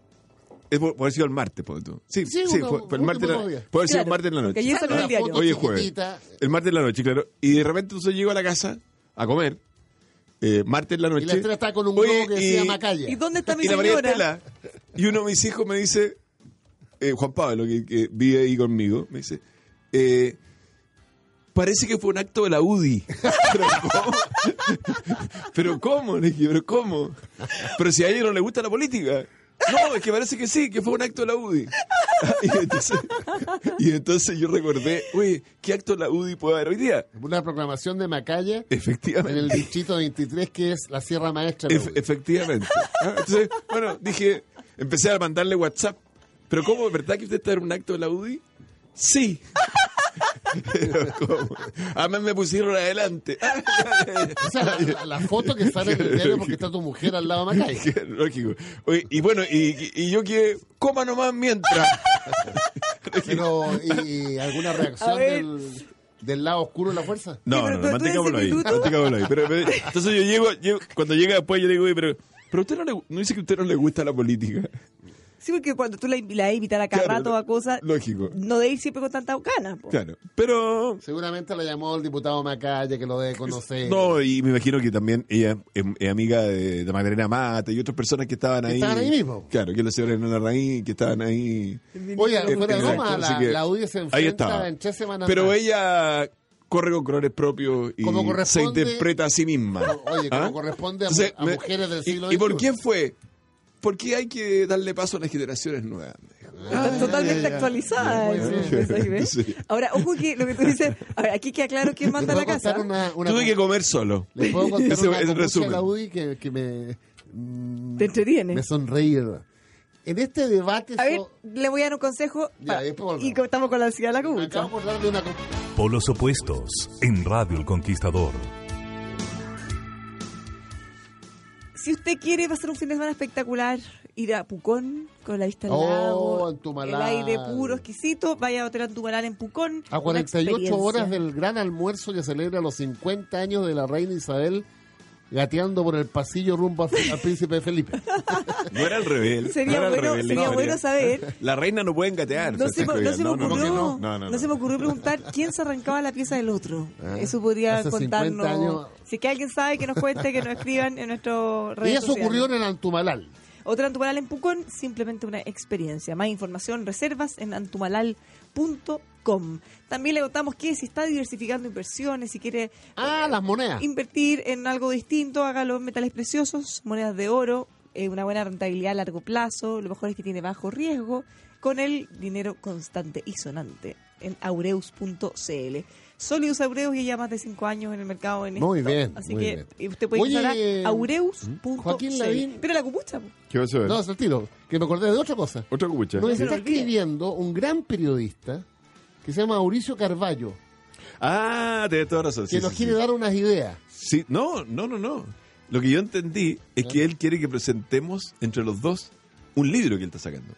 C: es por, por haber sido el martes, ponte tú. Sí,
B: Sí,
C: sí,
B: uno-
C: fue, fue el
B: último
C: martes. de la-
B: día.
C: Puede haber sido
A: Claro,
C: el martes en la noche.
A: porque ayer salió
B: Una
A: el diario.
B: foto
C: Hoy es jueves.
B: chiquitita.
C: El martes en la noche, claro. Y de repente entonces llego a la casa a comer. Eh, martes en la noche.
B: Y la estrella está con un
C: Oye,
B: globo que decía
C: y-
A: *laughs*
B: Macaya.
A: ¿Y *laughs* dónde está mi
C: y la María
A: señora?
C: Estela. Y uno de mis hijos me dice, eh, Juan Pablo, que, que vive ahí conmigo, me dice, eh, parece que fue un acto de la UDI. *laughs* ¿Pero cómo? *laughs* ¿Pero cómo? Le dije, ¿pero cómo? Pero si a ella no le gusta la política. No, es que parece que sí, que fue un acto de la UDI. *laughs* Y entonces, y entonces yo recordé, oye, ¿qué acto de la UDI puede haber hoy día?
B: Una proclamación de Macaya en
C: Efectivamente.
B: el distrito 23, que es la Sierra Maestra. de la
C: Efe-
B: UDI.
C: efectivamente. Ah, Entonces, bueno, dije, empecé a mandarle WhatsApp. Pero ¿cómo? ¿Verdad que usted está en un acto de la UDI? Sí. Pero, ¿cómo? Además me pusieron adelante.
B: O sea, la, la- la foto que sale en
C: *laughs*
B: el diario porque está tu mujer al lado de Macaya.
C: Qué Lógico. Oye, y bueno, y, y yo que coma nomás mientras.
B: Pero, ¿y, y alguna
A: A
B: reacción
A: ver.
B: del, del lado oscuro de la fuerza?
A: pero-
C: No, no, no,
A: pero tú
C: mantengámoslo
A: eres
C: ahí.
A: instituto.
C: mantengámoslo ahí. Pero, pero- entonces yo llego, llego- cuando llega después yo le digo, oye, pero, pero usted no, le, no dice que a usted no le gusta la política.
A: Sí, porque cuando tú la, invi- la invitas a cada
C: Claro,
A: rato a cosas,
C: lógico.
A: no de ir siempre con tanta ganas. po.
C: Claro. Pero
B: Seguramente la llamó el diputado Macaya, que lo debe conocer.
C: No, y me imagino que también ella es, es amiga de, de Magdalena Mata y otras personas que estaban
B: Que
C: ahí.
B: estaban ahí mismo.
C: Claro, que la señora Hernán Arraín, que estaban ahí.
B: Oye,
C: Eh,
B: fuera de
C: exacto,
B: broma,
C: así
B: la,
C: que
B: la UDI se
C: ahí
B: enfrenta
C: estaba.
B: en tres semanas
C: Pero
B: más.
C: ella corre con colores propios y
B: Como
C: se
B: corresponde-
C: interpreta a sí misma.
B: Oye, como corresponde a mu- a mujeres del
C: ¿Ah? y-
B: siglo
C: ¿Y por
B: XXI.
C: quién fue? ¿Por qué hay que darle paso a las generaciones nuevas? me dijo.
A: Está totalmente actualizada.
B: Muy
A: ese
C: bien.
A: mensaje,
C: Sí.
A: ¿ves? Ahora, ojo que lo que tú dices, a ver, aquí queda claro quién
B: Les
A: manda
B: puedo
A: la casa.
B: contar una- una-
C: Tuve
B: *laughs*
C: que comer solo.
B: Les puedo contar
C: *laughs* Ese-
B: una
C: ese
B: compucha
C: resumen.
B: de la UDI que, que me, mm,
A: Te entretiene.
B: me sonreí. ¿verdad? En este debate...
A: A ver,
B: so-
A: le voy a dar un consejo.
B: Ya,
A: para-
B: después volvemos.
A: y co- estamos con la ansiedad de la
B: me
A: cubucha.
B: acabo por darle una... comp-
D: Polos opuestos en Radio El Conquistador.
A: Si usted quiere pasar un fin de semana espectacular, ir a Pucón con la vista al
B: Oh,
A: lago,
B: en Tumalar.
A: el aire puro, exquisito, vaya a Hotel Antumaral en Pucón.
B: A
A: una
B: 48
A: experiencia.
B: horas del gran almuerzo que celebra los 50 años de la reina Isabel gateando por el pasillo rumbo al- al príncipe Felipe.
C: No era al revés.
A: Sería
C: no era al
A: bueno-
C: revés la
A: sería
C: historia.
A: bueno saber.
C: La reina no pueden gatear.
A: No se,
C: Francisco
A: me- no
C: Vidal.
A: se me
C: no,
A: ocurrió,
C: no, no, no,
A: no se me ocurrió preguntar quién se arrancaba la pieza del otro. Eso podría
B: Ah, Hace 50
A: contarnos.
B: años.
A: Si es que alguien sabe, que nos cuente, que nos escriban en nuestro
B: Y
A: *laughs* redes
B: eso
A: sociales.
B: ocurrió en el Antumalal.
A: Otra Antumalal en Pucón, simplemente una experiencia. Más información, reservas en antumalal.com. También le contamos que si está diversificando inversiones, si quiere
B: Ah, las monedas.
A: invertir en algo distinto, hágalo en metales preciosos, monedas de oro, eh, una buena rentabilidad a largo plazo, lo mejor es que tiene bajo riesgo, con el dinero constante y sonante. en aureus.cl. Sólidos Aureus y ya más de cinco años en el mercado en
B: Muy
A: esto.
B: bien,
A: Así
B: muy
A: que
B: bien.
A: eh, usted puede
B: Oye,
A: entrar
B: eh,
A: a
B: Joaquín
A: aureus.cl.
B: Lavín-
A: Pero la compucha, po.
C: ¿Qué vas a ver?
B: No, es el tiro, que me acordé de otra cosa.
C: Otra cubucha.
B: Nos
A: se
B: está
A: me olvide.
B: escribiendo un gran periodista que se llama Mauricio Carballo,
C: Ah, tenés toda razón.
B: que
C: Sí,
B: nos
C: sí,
B: quiere
C: sí.
B: dar unas ideas.
C: Sí, no, no, no, no. Lo que yo entendí es que él quiere que presentemos entre los dos un libro que él está sacando.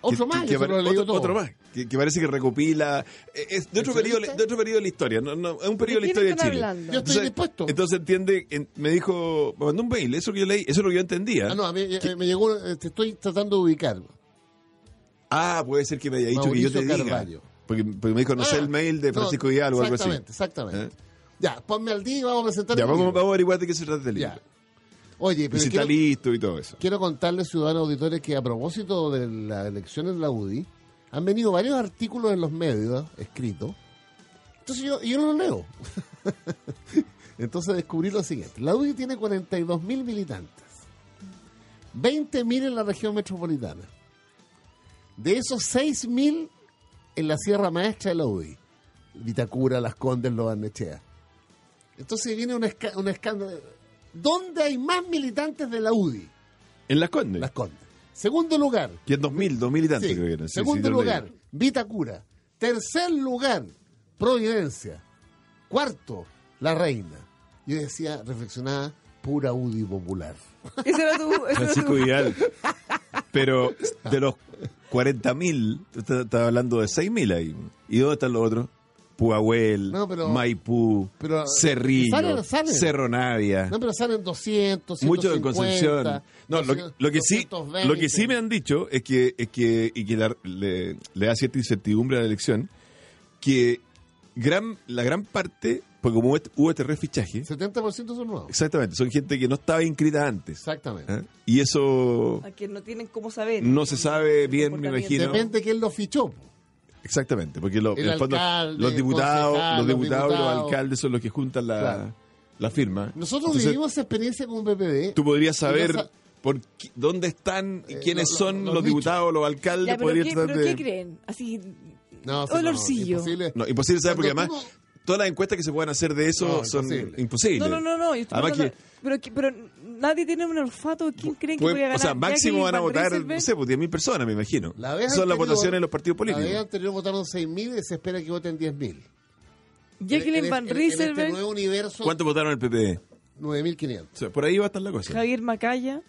B: Otro
C: Que-
B: más,
C: que-
B: yo se
C: que
B: lo he
C: pare-
B: leído
C: otro,
B: todo.
C: otro más, ¿eh? que, que parece que recopila. eh, Es de otro, periodo, de otro periodo de la historia, no, no, es un periodo de
A: quién
C: la historia de
A: están
C: Chile.
A: hablando?
B: Yo estoy dispuesto.
C: Entonces entiende, en- me dijo, me mandó un mail, eso que yo leí, eso es lo que yo entendía.
B: Ah,
C: Ah,
B: no, a mí, eh, me llegó, eh, te estoy tratando de ubicar.
C: Ah, puede ser que me haya dicho que yo
B: Mauricio
C: te diga.
B: Carvalho.
C: Porque, porque me dijo, no sé
B: Ah,
C: el mail de
B: no,
C: Francisco Vidal o algo así.
B: Exactamente, exactamente.
C: ¿Eh?
B: Ya, ponme al día y vamos a presentar
C: Ya,
B: el
C: vamos,
B: libro.
C: vamos a averiguar de qué se trata el libro.
B: Ya. Oye,
C: Y
B: pero
C: si está
B: quiero,
C: listo y todo eso.
B: quiero contarles, ciudadanos auditores, que a propósito de las elecciones de la UDI, han venido varios artículos en los medios escritos. Entonces yo, yo no los leo. *laughs* Entonces descubrí lo siguiente. La UDI tiene 42.000 militantes. 20.000 en la región metropolitana. De esos 6.000 en la Sierra Maestra de la UDI. Vitacura, Las Condes, Los Barnechea. Entonces viene un, esca- un escándalo. ¿Dónde hay más militantes de la UDI?
C: En Las Condes.
B: Las Condes. Segundo lugar.
C: Que en 2000, 2000 y tanto
B: sí,
C: creo que era. Sí,
B: segundo
C: sí, yo leí.
B: lugar, Vitacura. Tercer lugar, Providencia. Cuarto, La Reina. Yo decía, reflexionada, pura UDI popular.
A: Ese era tu. ese era
C: Francisco
A: tu-
B: *laughs*
C: Vidal. Pero de los 40.000, tú estás estás hablando de 6.000 ahí. ¿Y dónde están los otros? Puahuel,
B: No, pero-
C: Maipú,
B: pero-
C: Cerrillo,
B: salen, salen.
C: Cerro Navia.
B: No, pero salen 200, 150,
C: Ah. Mucho en Concepción. No, lo, que- lo que sí,
B: 220.
C: lo que sí me han dicho es que, es que, y que la- le, le da cierta incertidumbre a la elección, que gran, la gran parte, porque como hubo este- hubo este refichaje,
B: 70% son nuevos.
C: exactamente, son gente que no estaba inscrita antes.
B: Exactamente.
C: ¿eh? Y eso
A: A quien no tienen cómo saber.
C: No se sabe bien, me imagino.
B: Depende quién lo fichó. po.
C: Exactamente, porque lo-
B: El
C: en el fondo,
B: alcalde,
C: los diputados,
B: concejal,
C: los
B: los
C: diputados y los
B: diputados.
C: alcaldes son los que juntan la,
B: Claro.
C: la firma.
B: Nosotros
C: Entonces,
B: vivimos esa experiencia con PPD.
C: Tú podrías
B: Y
C: saber
B: no sa-
C: por qué- dónde están y
B: Eh,
C: quiénes
B: lo- lo-
C: son
B: los
C: los,
B: dichos.
C: diputados, los alcaldes.
F: Ya, pero,
C: podrías
F: ¿qué,
C: tratar
F: pero
C: de-
F: ¿qué creen? Así,
B: No, sí, no,
F: olorcillo.
B: imposible.
C: No, imposible saber porque además
B: Cuando
C: todas las encuestas que se puedan hacer de eso
B: No,
C: son
B: imposible.
C: imposibles.
A: No, no, no, no. yo estoy
C: Además
A: hablando-
C: que-
A: pero, que- pero nadie tiene un olfato. ¿Quién creen que
C: puede-
A: voy a ganar?
C: o sea, máximo
A: Jackie
C: van a
A: Van
C: votar,
A: Rieselberg?
C: no sé, pues 10.000 personas, me imagino.
B: La vez
C: son las
B: anterior-
C: votaciones de los partidos
B: La vez
C: políticos.
B: anterior votaron 6.000 y se espera que voten 10.000. En-
A: Jacqueline
B: en-
A: Van
B: en- en este
A: Rieselberg,
B: nuevo universo,
C: ¿Cuántos votaron el PPD?
B: 9.500.
C: O sea, por ahí va a estar la cosa.
A: Javier Macaya,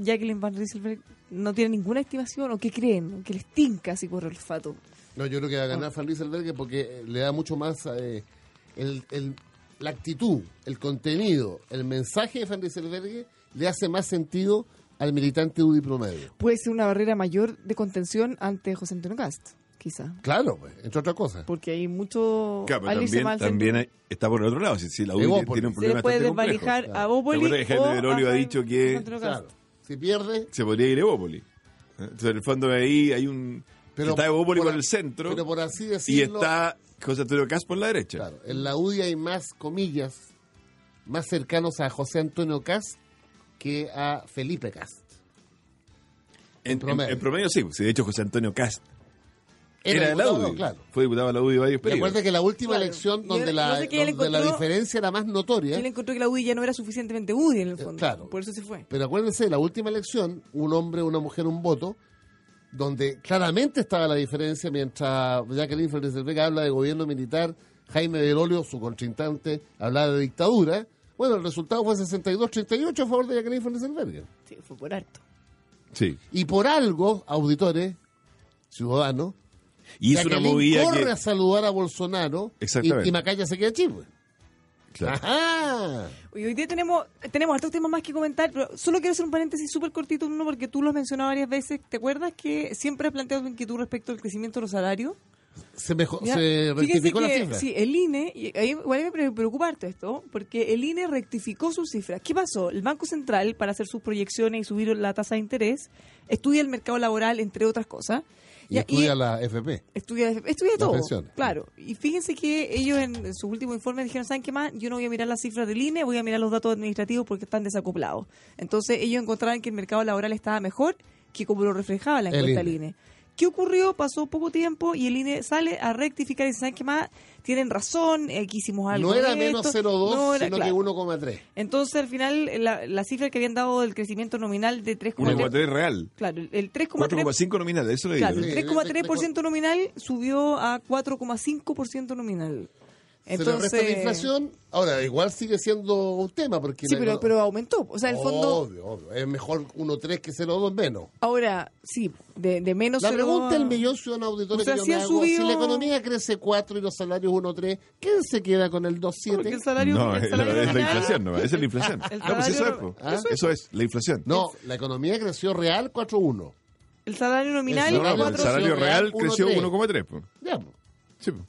A: Jacqueline Van Rieselberg, no tiene ninguna estimación. ¿O qué creen? Que les tinca así por olfato.
B: No, yo creo que va a
A: Ah.
B: ganar Van Rieselberg porque eh, le da mucho más eh, el, el- la actitud, el contenido, el mensaje de Van Rieselberg le hace más sentido al militante UDI promedio.
A: Puede ser una barrera mayor de contención ante José Antonio Cast, quizá.
B: Claro, pues, entre otras cosas.
A: Porque hay mucho.
C: Claro, pero
A: al irse
C: también,
A: mal se-
C: también hay- está por el otro lado. Si, si la UDI
B: Evópolis.
C: tiene un
A: se
C: problema
A: le puede
C: bastante complejo.
A: desvalijar a Bópoli.
C: ¿Te acuerdas que Jaime
A: o
C: Del Olio
A: a
C: ha
A: Jaime-
C: dicho que-
A: José Antonio Cast?
B: Claro. Si pierde,
C: se podría ir Evópoli. ¿Eh? Entonces, en el fondo ahí hay un...
B: Pero
C: está Evópoli
B: por
C: por,
B: a-
C: el centro
B: pero por así
C: y
B: decirlo-
C: está José Antonio Cast por la derecha.
B: Claro, en la UDI hay más comillas, más cercanos a José Antonio Cast que a Felipe Cast.
C: en, en-
B: promedio.
C: en promedio sí. sí, De hecho, José Antonio Cast era, de la
B: diputado,
C: UDI.
B: Claro.
C: Fue diputado de la UDI varios
B: Y acuérdate
C: periodos.
B: que la última
A: Claro.
B: elección
A: Yo
B: donde,
A: no
B: la,
A: sé qué él
B: donde la
A: encontró-
B: diferencia era más
A: Él
B: notoria,
A: encontró que la UDI ya no era suficientemente UDI en el
B: Eh,
A: fondo.
B: claro.
A: Por eso se fue.
B: pero acuérdense, la última elección, un hombre, una mujer, un voto, donde claramente estaba la diferencia mientras Jacqueline Fernández Vega habla de gobierno militar, Jaime Belolio, su contrincante, hablaba de dictadura. Bueno, el resultado fue 62-38 a favor de Jacqueline Fernández Vega.
F: Sí, fue por harto.
C: Sí.
B: Y por algo, auditores, ciudadanos,
C: Y hizo una
B: Jacqueline
C: movida
B: corre
C: que...
B: a saludar a Bolsonaro
C: Exactamente.
B: y, y Macaya se queda chivo.
C: Claro.
B: Ajá.
A: Hoy hoy día tenemos, tenemos hartos temas más que comentar, pero solo quiero hacer un paréntesis súper cortito, uno porque tú lo has mencionado varias veces. ¿Te acuerdas que siempre has planteado tu inquietud respecto al crecimiento de los salarios?
B: Se, mejor,
A: ¿Ya?
B: Oh, se
A: Fíjense
B: rectificó la
A: que,
B: cifra.
A: Sí, el INE, y ahí igual me pre- preocupa harto esto, porque el INE rectificó sus cifras. ¿Qué pasó? El Banco Central, para hacer sus proyecciones y subir la tasa de interés, estudia el mercado laboral, entre otras cosas.
B: Y
A: Ya,
B: estudia la FP.
A: Estudia, estudia todo.
B: pensiones.
A: Claro. Y fíjense que ellos en, en su último informe dijeron, ¿saben qué más? Yo no voy a mirar las cifras del INE, voy a mirar los datos administrativos porque están desacoplados. Entonces ellos encontraron que el mercado laboral estaba mejor que como lo reflejaba la
B: El E.
A: encuesta del
B: INE.
A: INE. ¿Qué ocurrió? Pasó poco tiempo y el INE sale a rectificar y dice, ¿saben qué más? Tienen razón, eh, aquí hicimos algo.
B: No era
A: de
B: menos
A: esto,
B: 0,2,
A: no era-
B: sino
A: claro.
B: que 1,3.
A: Entonces, al final, eh, la, la cifra que habían dado del crecimiento nominal de 3,3...
C: 1,3 real.
A: Claro, el- el 3,3%...
C: 4,5 nominal, eso le digo.
A: Claro, el
B: Sí,
A: 3,3% nominal subió a 4,5% nominal.
B: Entonces,
A: Entonces,
B: resta la inflación, ahora igual sigue siendo un tema porque...
F: Sí,
B: la
F: pero,
B: econo-
F: pero aumentó. O sea, el fondo.
B: Obvio, obvio. Es mejor 1,3 que 0,2 menos.
F: Ahora, sí, de, de menos.
B: La
F: cero-
B: pregunta del millón ciudadano auditorio
A: O sea,
B: que yo
A: sí
B: me
A: han
B: hago, si
A: subido-
B: la economía crece 4 y los salarios 1,3, ¿quién se queda con el 2,7?
A: porque el salario,
C: No,
A: el
C: es
A: salario
C: la, es la
A: nominal-
C: inflación, no, esa es la inflación.
A: El
C: No, pues eso es,
A: salario-
C: po. eso es, la inflación.
B: No, la economía creció real 4,1.
A: El salario nominal
C: No, no,
B: salario-
C: pues el
A: 4,
C: salario real
B: 1,3.
C: creció 1,3. po.
B: Ya, po.
C: Sí, po.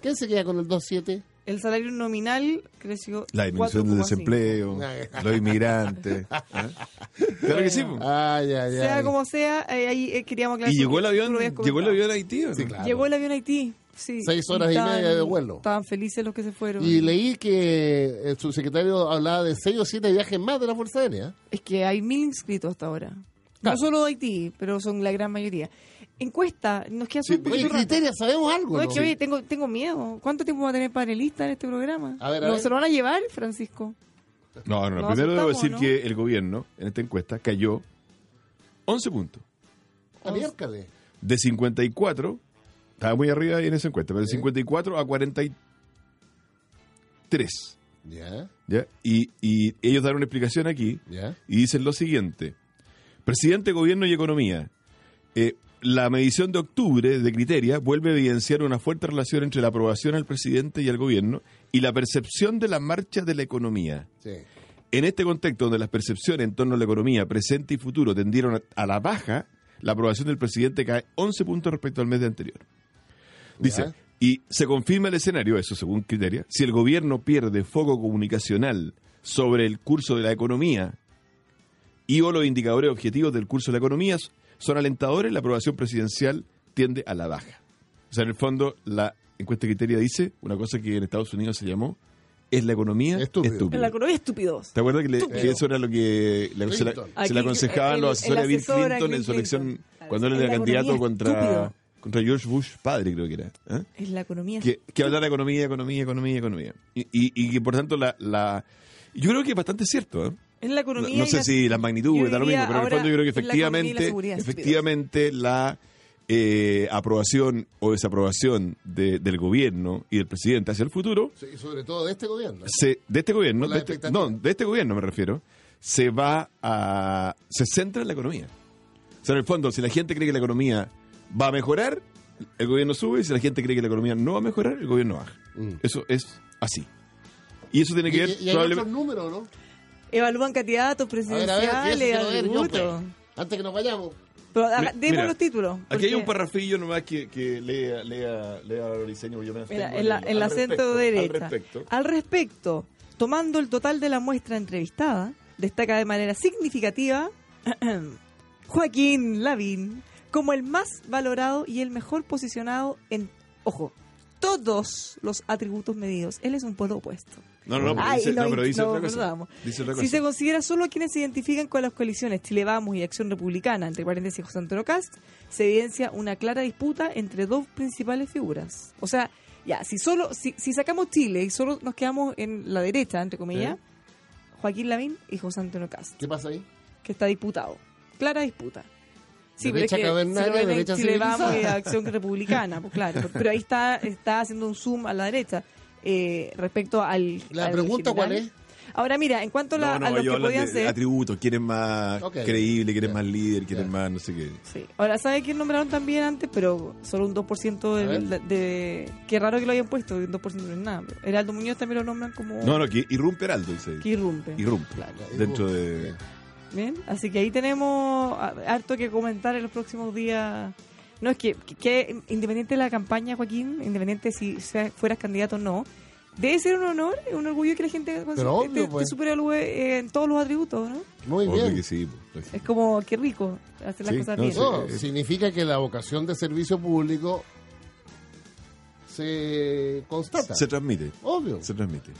B: ¿quién se queda con el 2,7?
A: el salario nominal creció
C: La disminución del
A: 4,5.
C: desempleo, los inmigrantes. ¿ah? Claro que sí. po.
B: Ay, ay,
A: Sea
B: ay.
A: como sea, eh, ahí eh, queríamos aclarar.
C: Y llegó el
A: porque tú
C: avión,
A: lo habías
C: llegó el
A: comentado.
C: avión a Haití. ¿o no?
B: Sí, claro.
A: Llegó el avión a Haití, sí.
B: Seis horas y
A: estaban-
B: media de vuelo.
A: Estaban felices los que se fueron.
B: Y leí que el subsecretario hablaba de 6 o 7 viajes más de la Fuerza Aérea.
A: Es que hay mil inscritos hasta ahora. No
B: Claro.
A: solo de Haití, pero son la gran mayoría. Encuesta, nos queda
C: Sí,
A: un poquito
B: Oye,
A: rato.
B: Criteria, sabemos algo.
A: No, es
B: ¿no?
A: que oye, tengo, tengo miedo. ¿Cuánto tiempo va a tener panelista en este programa?
B: A ver, a
A: ¿No
B: ver.
A: se lo van a llevar, Francisco?
C: No, no, no.
A: No
C: Primero debo
A: aceptamos,
C: decir
A: ¿no?
C: que el gobierno, en esta encuesta, cayó 11 puntos.
B: Ah, Abiércale.
C: De 54, estaba muy arriba ahí en esa encuesta, pero de
B: Sí.
C: 54 a 43.
B: Ya,
C: ¿ya? Y, y ellos dan una explicación aquí
B: ya.
C: y dicen lo siguiente. Presidente, Gobierno y Economía. eh, la medición de octubre de Criteria vuelve a evidenciar una fuerte relación entre la aprobación al presidente y al gobierno y la percepción de la marcha de la economía.
B: Sí.
C: En este contexto donde las percepciones en torno a la economía presente y futuro tendieron a- a la baja, la aprobación del presidente cae 11 puntos respecto al mes de anterior. Dice,
B: Ya.
C: y se confirma el escenario, eso según criteria, si el gobierno pierde foco comunicacional sobre el curso de la economía y o los indicadores objetivos del curso de la economía son alentadores, la aprobación presidencial tiende a la baja. O sea, en el fondo, la encuesta de criteria dice una cosa que en Estados Unidos se llamó, es la economía
B: Estúpido.
C: estúpida.
A: La economía estúpidos.
C: ¿Te acuerdas que, le-
A: Estúpido.
C: que eso era lo que le- se, la,
B: Clinton.
C: se le
A: Aquí,
C: aconsejaban
A: el-
C: los asesores
A: el
C: a Bill
A: asesor a
C: Clinton en su
A: Bill Clinton.
C: elección cuando él
A: Es
C: era
A: la
C: candidato
A: economía
C: contra,
A: estúpido.
C: contra George Bush padre, creo que era? ¿eh?
A: Es la economía.
C: Que, que hablara de economía, economía, economía, economía. Y, y, y que por tanto la, la... Yo creo que es bastante cierto, ¿eh?
A: Es la
C: No,
A: economía.
C: no
A: y
C: sé
A: la-
C: si las
A: yo
C: magnitudes, da lo
A: diría
C: mismo, pero en el
A: ahora
C: fondo yo creo que
A: es la economía y la
C: efectivamente,
A: seguridad, estúpidos.
C: efectivamente la eh, aprobación o desaprobación de- del gobierno y del presidente hacia el futuro
B: Sí, Y sobre todo de este gobierno.
C: se- de este gobierno,
B: Por
C: de
B: las
C: este, no,
B: expectativas.
C: de este gobierno me refiero, se va a. se centra en la economía. O sea, en el fondo, si la gente cree que la economía va a mejorar, el gobierno sube, y si la gente cree que la economía no va a mejorar, el gobierno baja.
B: Mm.
C: Eso es así. Y eso tiene
B: Y,
C: que ver
B: y- y hay otros
C: probablemente.
B: números, ¿no?
A: Evalúan candidatos
B: A ver, a ver, y eso
A: presidenciales,
B: quiero ver yo,
A: atributos.
B: pues. Antes que nos vayamos.
A: Pero ah,
C: Mi-
A: demos
C: mira,
A: los títulos.
C: Aquí hay un
A: porque-
C: parrafillo nomás que, que lea, lea, lea el diseño. porque Yo me abstengo
A: Mira,
C: de
A: en la-
C: leerlo.
A: en el
C: Al
A: acento
C: respecto,
A: de derecha.
C: Al respecto.
A: Al respecto, tomando el total de la muestra entrevistada, destaca de manera significativa *clears throat* Joaquín Lavín como el más valorado y el mejor posicionado en, ojo, todos los atributos medidos. Él es un polo opuesto.
C: No, no, no, pero
A: Ay,
C: dice,
A: no,
C: no, pero dice
A: no,
C: otra cosa.
A: perdamos.
C: Dice otra
A: Si
C: cosa.
A: se considera solo a quienes se identifican con las coaliciones Chile Vamos y Acción Republicana, entre paréntesis José Antonio Cast, se evidencia una clara disputa entre dos principales figuras. O sea, ya, si solo si, si sacamos Chile y solo nos quedamos en la derecha, entre comillas, Joaquín Lavín y José Antonio Cast,
B: ¿Qué pasa ahí?
A: que está disputado. Clara disputa. pero es
B: Derecha
A: que
B: cavernaria,
A: si lo ven en
B: derecha
A: Chile Vamos y
B: *laughs* civilizada.
A: Acción Republicana, pues claro. Pero ahí está, está haciendo un zoom a la derecha. eh, respecto al...
B: La
A: al
B: pregunta, ¿cuál
A: general.
B: es?
A: Ahora mira, en cuanto a la-
C: No, no,
A: a lo
C: ellos
A: que
C: hablan
A: podían
C: de
A: ser...
C: atributos, quieren más
B: Ok.
C: creíble, quieren
B: Ya.
C: más líder, quieren
B: Ya.
C: más no sé qué.
A: Sí. Ahora, ¿sabe quién nombraron también antes? Pero solo un 2%
B: A
A: del- de,
B: ver.
A: Qué raro que lo hayan puesto, un 2% no es nada. pero Heraldo Muñoz también lo nombran como...
C: No, no, que irrumpe Heraldo, dice.
A: Que irrumpe.
C: Irrumpe.
A: Claro.
C: Dentro de...
A: ¿Bien? Así que ahí tenemos ah, harto que comentar en los próximos días. No, es que, que- que independiente de la campaña, Joaquín, independiente si sea- fueras candidato o no, debe ser un honor, un orgullo que la gente este, con-
B: Pero
A: te-
B: obvio,
A: te,
B: pues.
A: te superalúe, eh, en todos los atributos, ¿no?
B: Muy
C: Obvio
B: bien.
C: que sí. pues,
A: Es como, qué rico hacer las
C: Sí,
A: cosas
C: no,
A: bien.
C: sí.
B: No, significa que la vocación de servicio público se constata.
C: Se transmite.
B: Obvio.
C: Se transmite.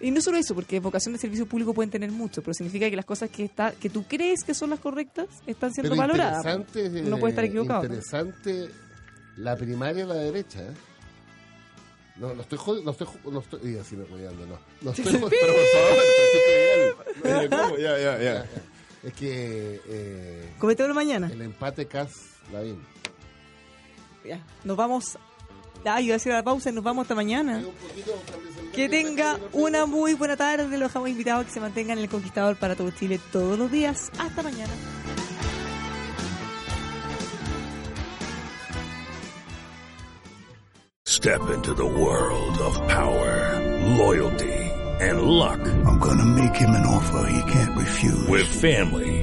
F: Y no solo eso, porque vocación de servicio público pueden tener mucho, pero significa que las cosas que está que tú crees que son las correctas están siendo
B: Pero
F: valoradas.
B: interesante, eh,
F: no puede estar equivocado. pues.
B: Interesante la primaria de la derecha. ¿eh? No, no estoy jodiendo, no estoy, jo- no estoy, y así me jodiendo, no.
F: *laughs*
B: No estoy jodiendo, pero por favor, Francisco Vidal.
C: Eh, ¿cómo? Ya, ya, ya.
B: Es que eh,
A: Cometémoslo mañana.
B: el empate Cas Lavín.
A: Ya. Nos vamos. Ah, yo voy a hacer la pausa y nos vamos hasta mañana. Que tenga una muy buena tarde. Los dejamos invitados a que se mantengan en el Conquistador para todo Chile todos los días. Hasta mañana.
D: Step into the world of power, loyalty, and luck.
G: I'm gonna make him an offer he can't refuse.
D: With family,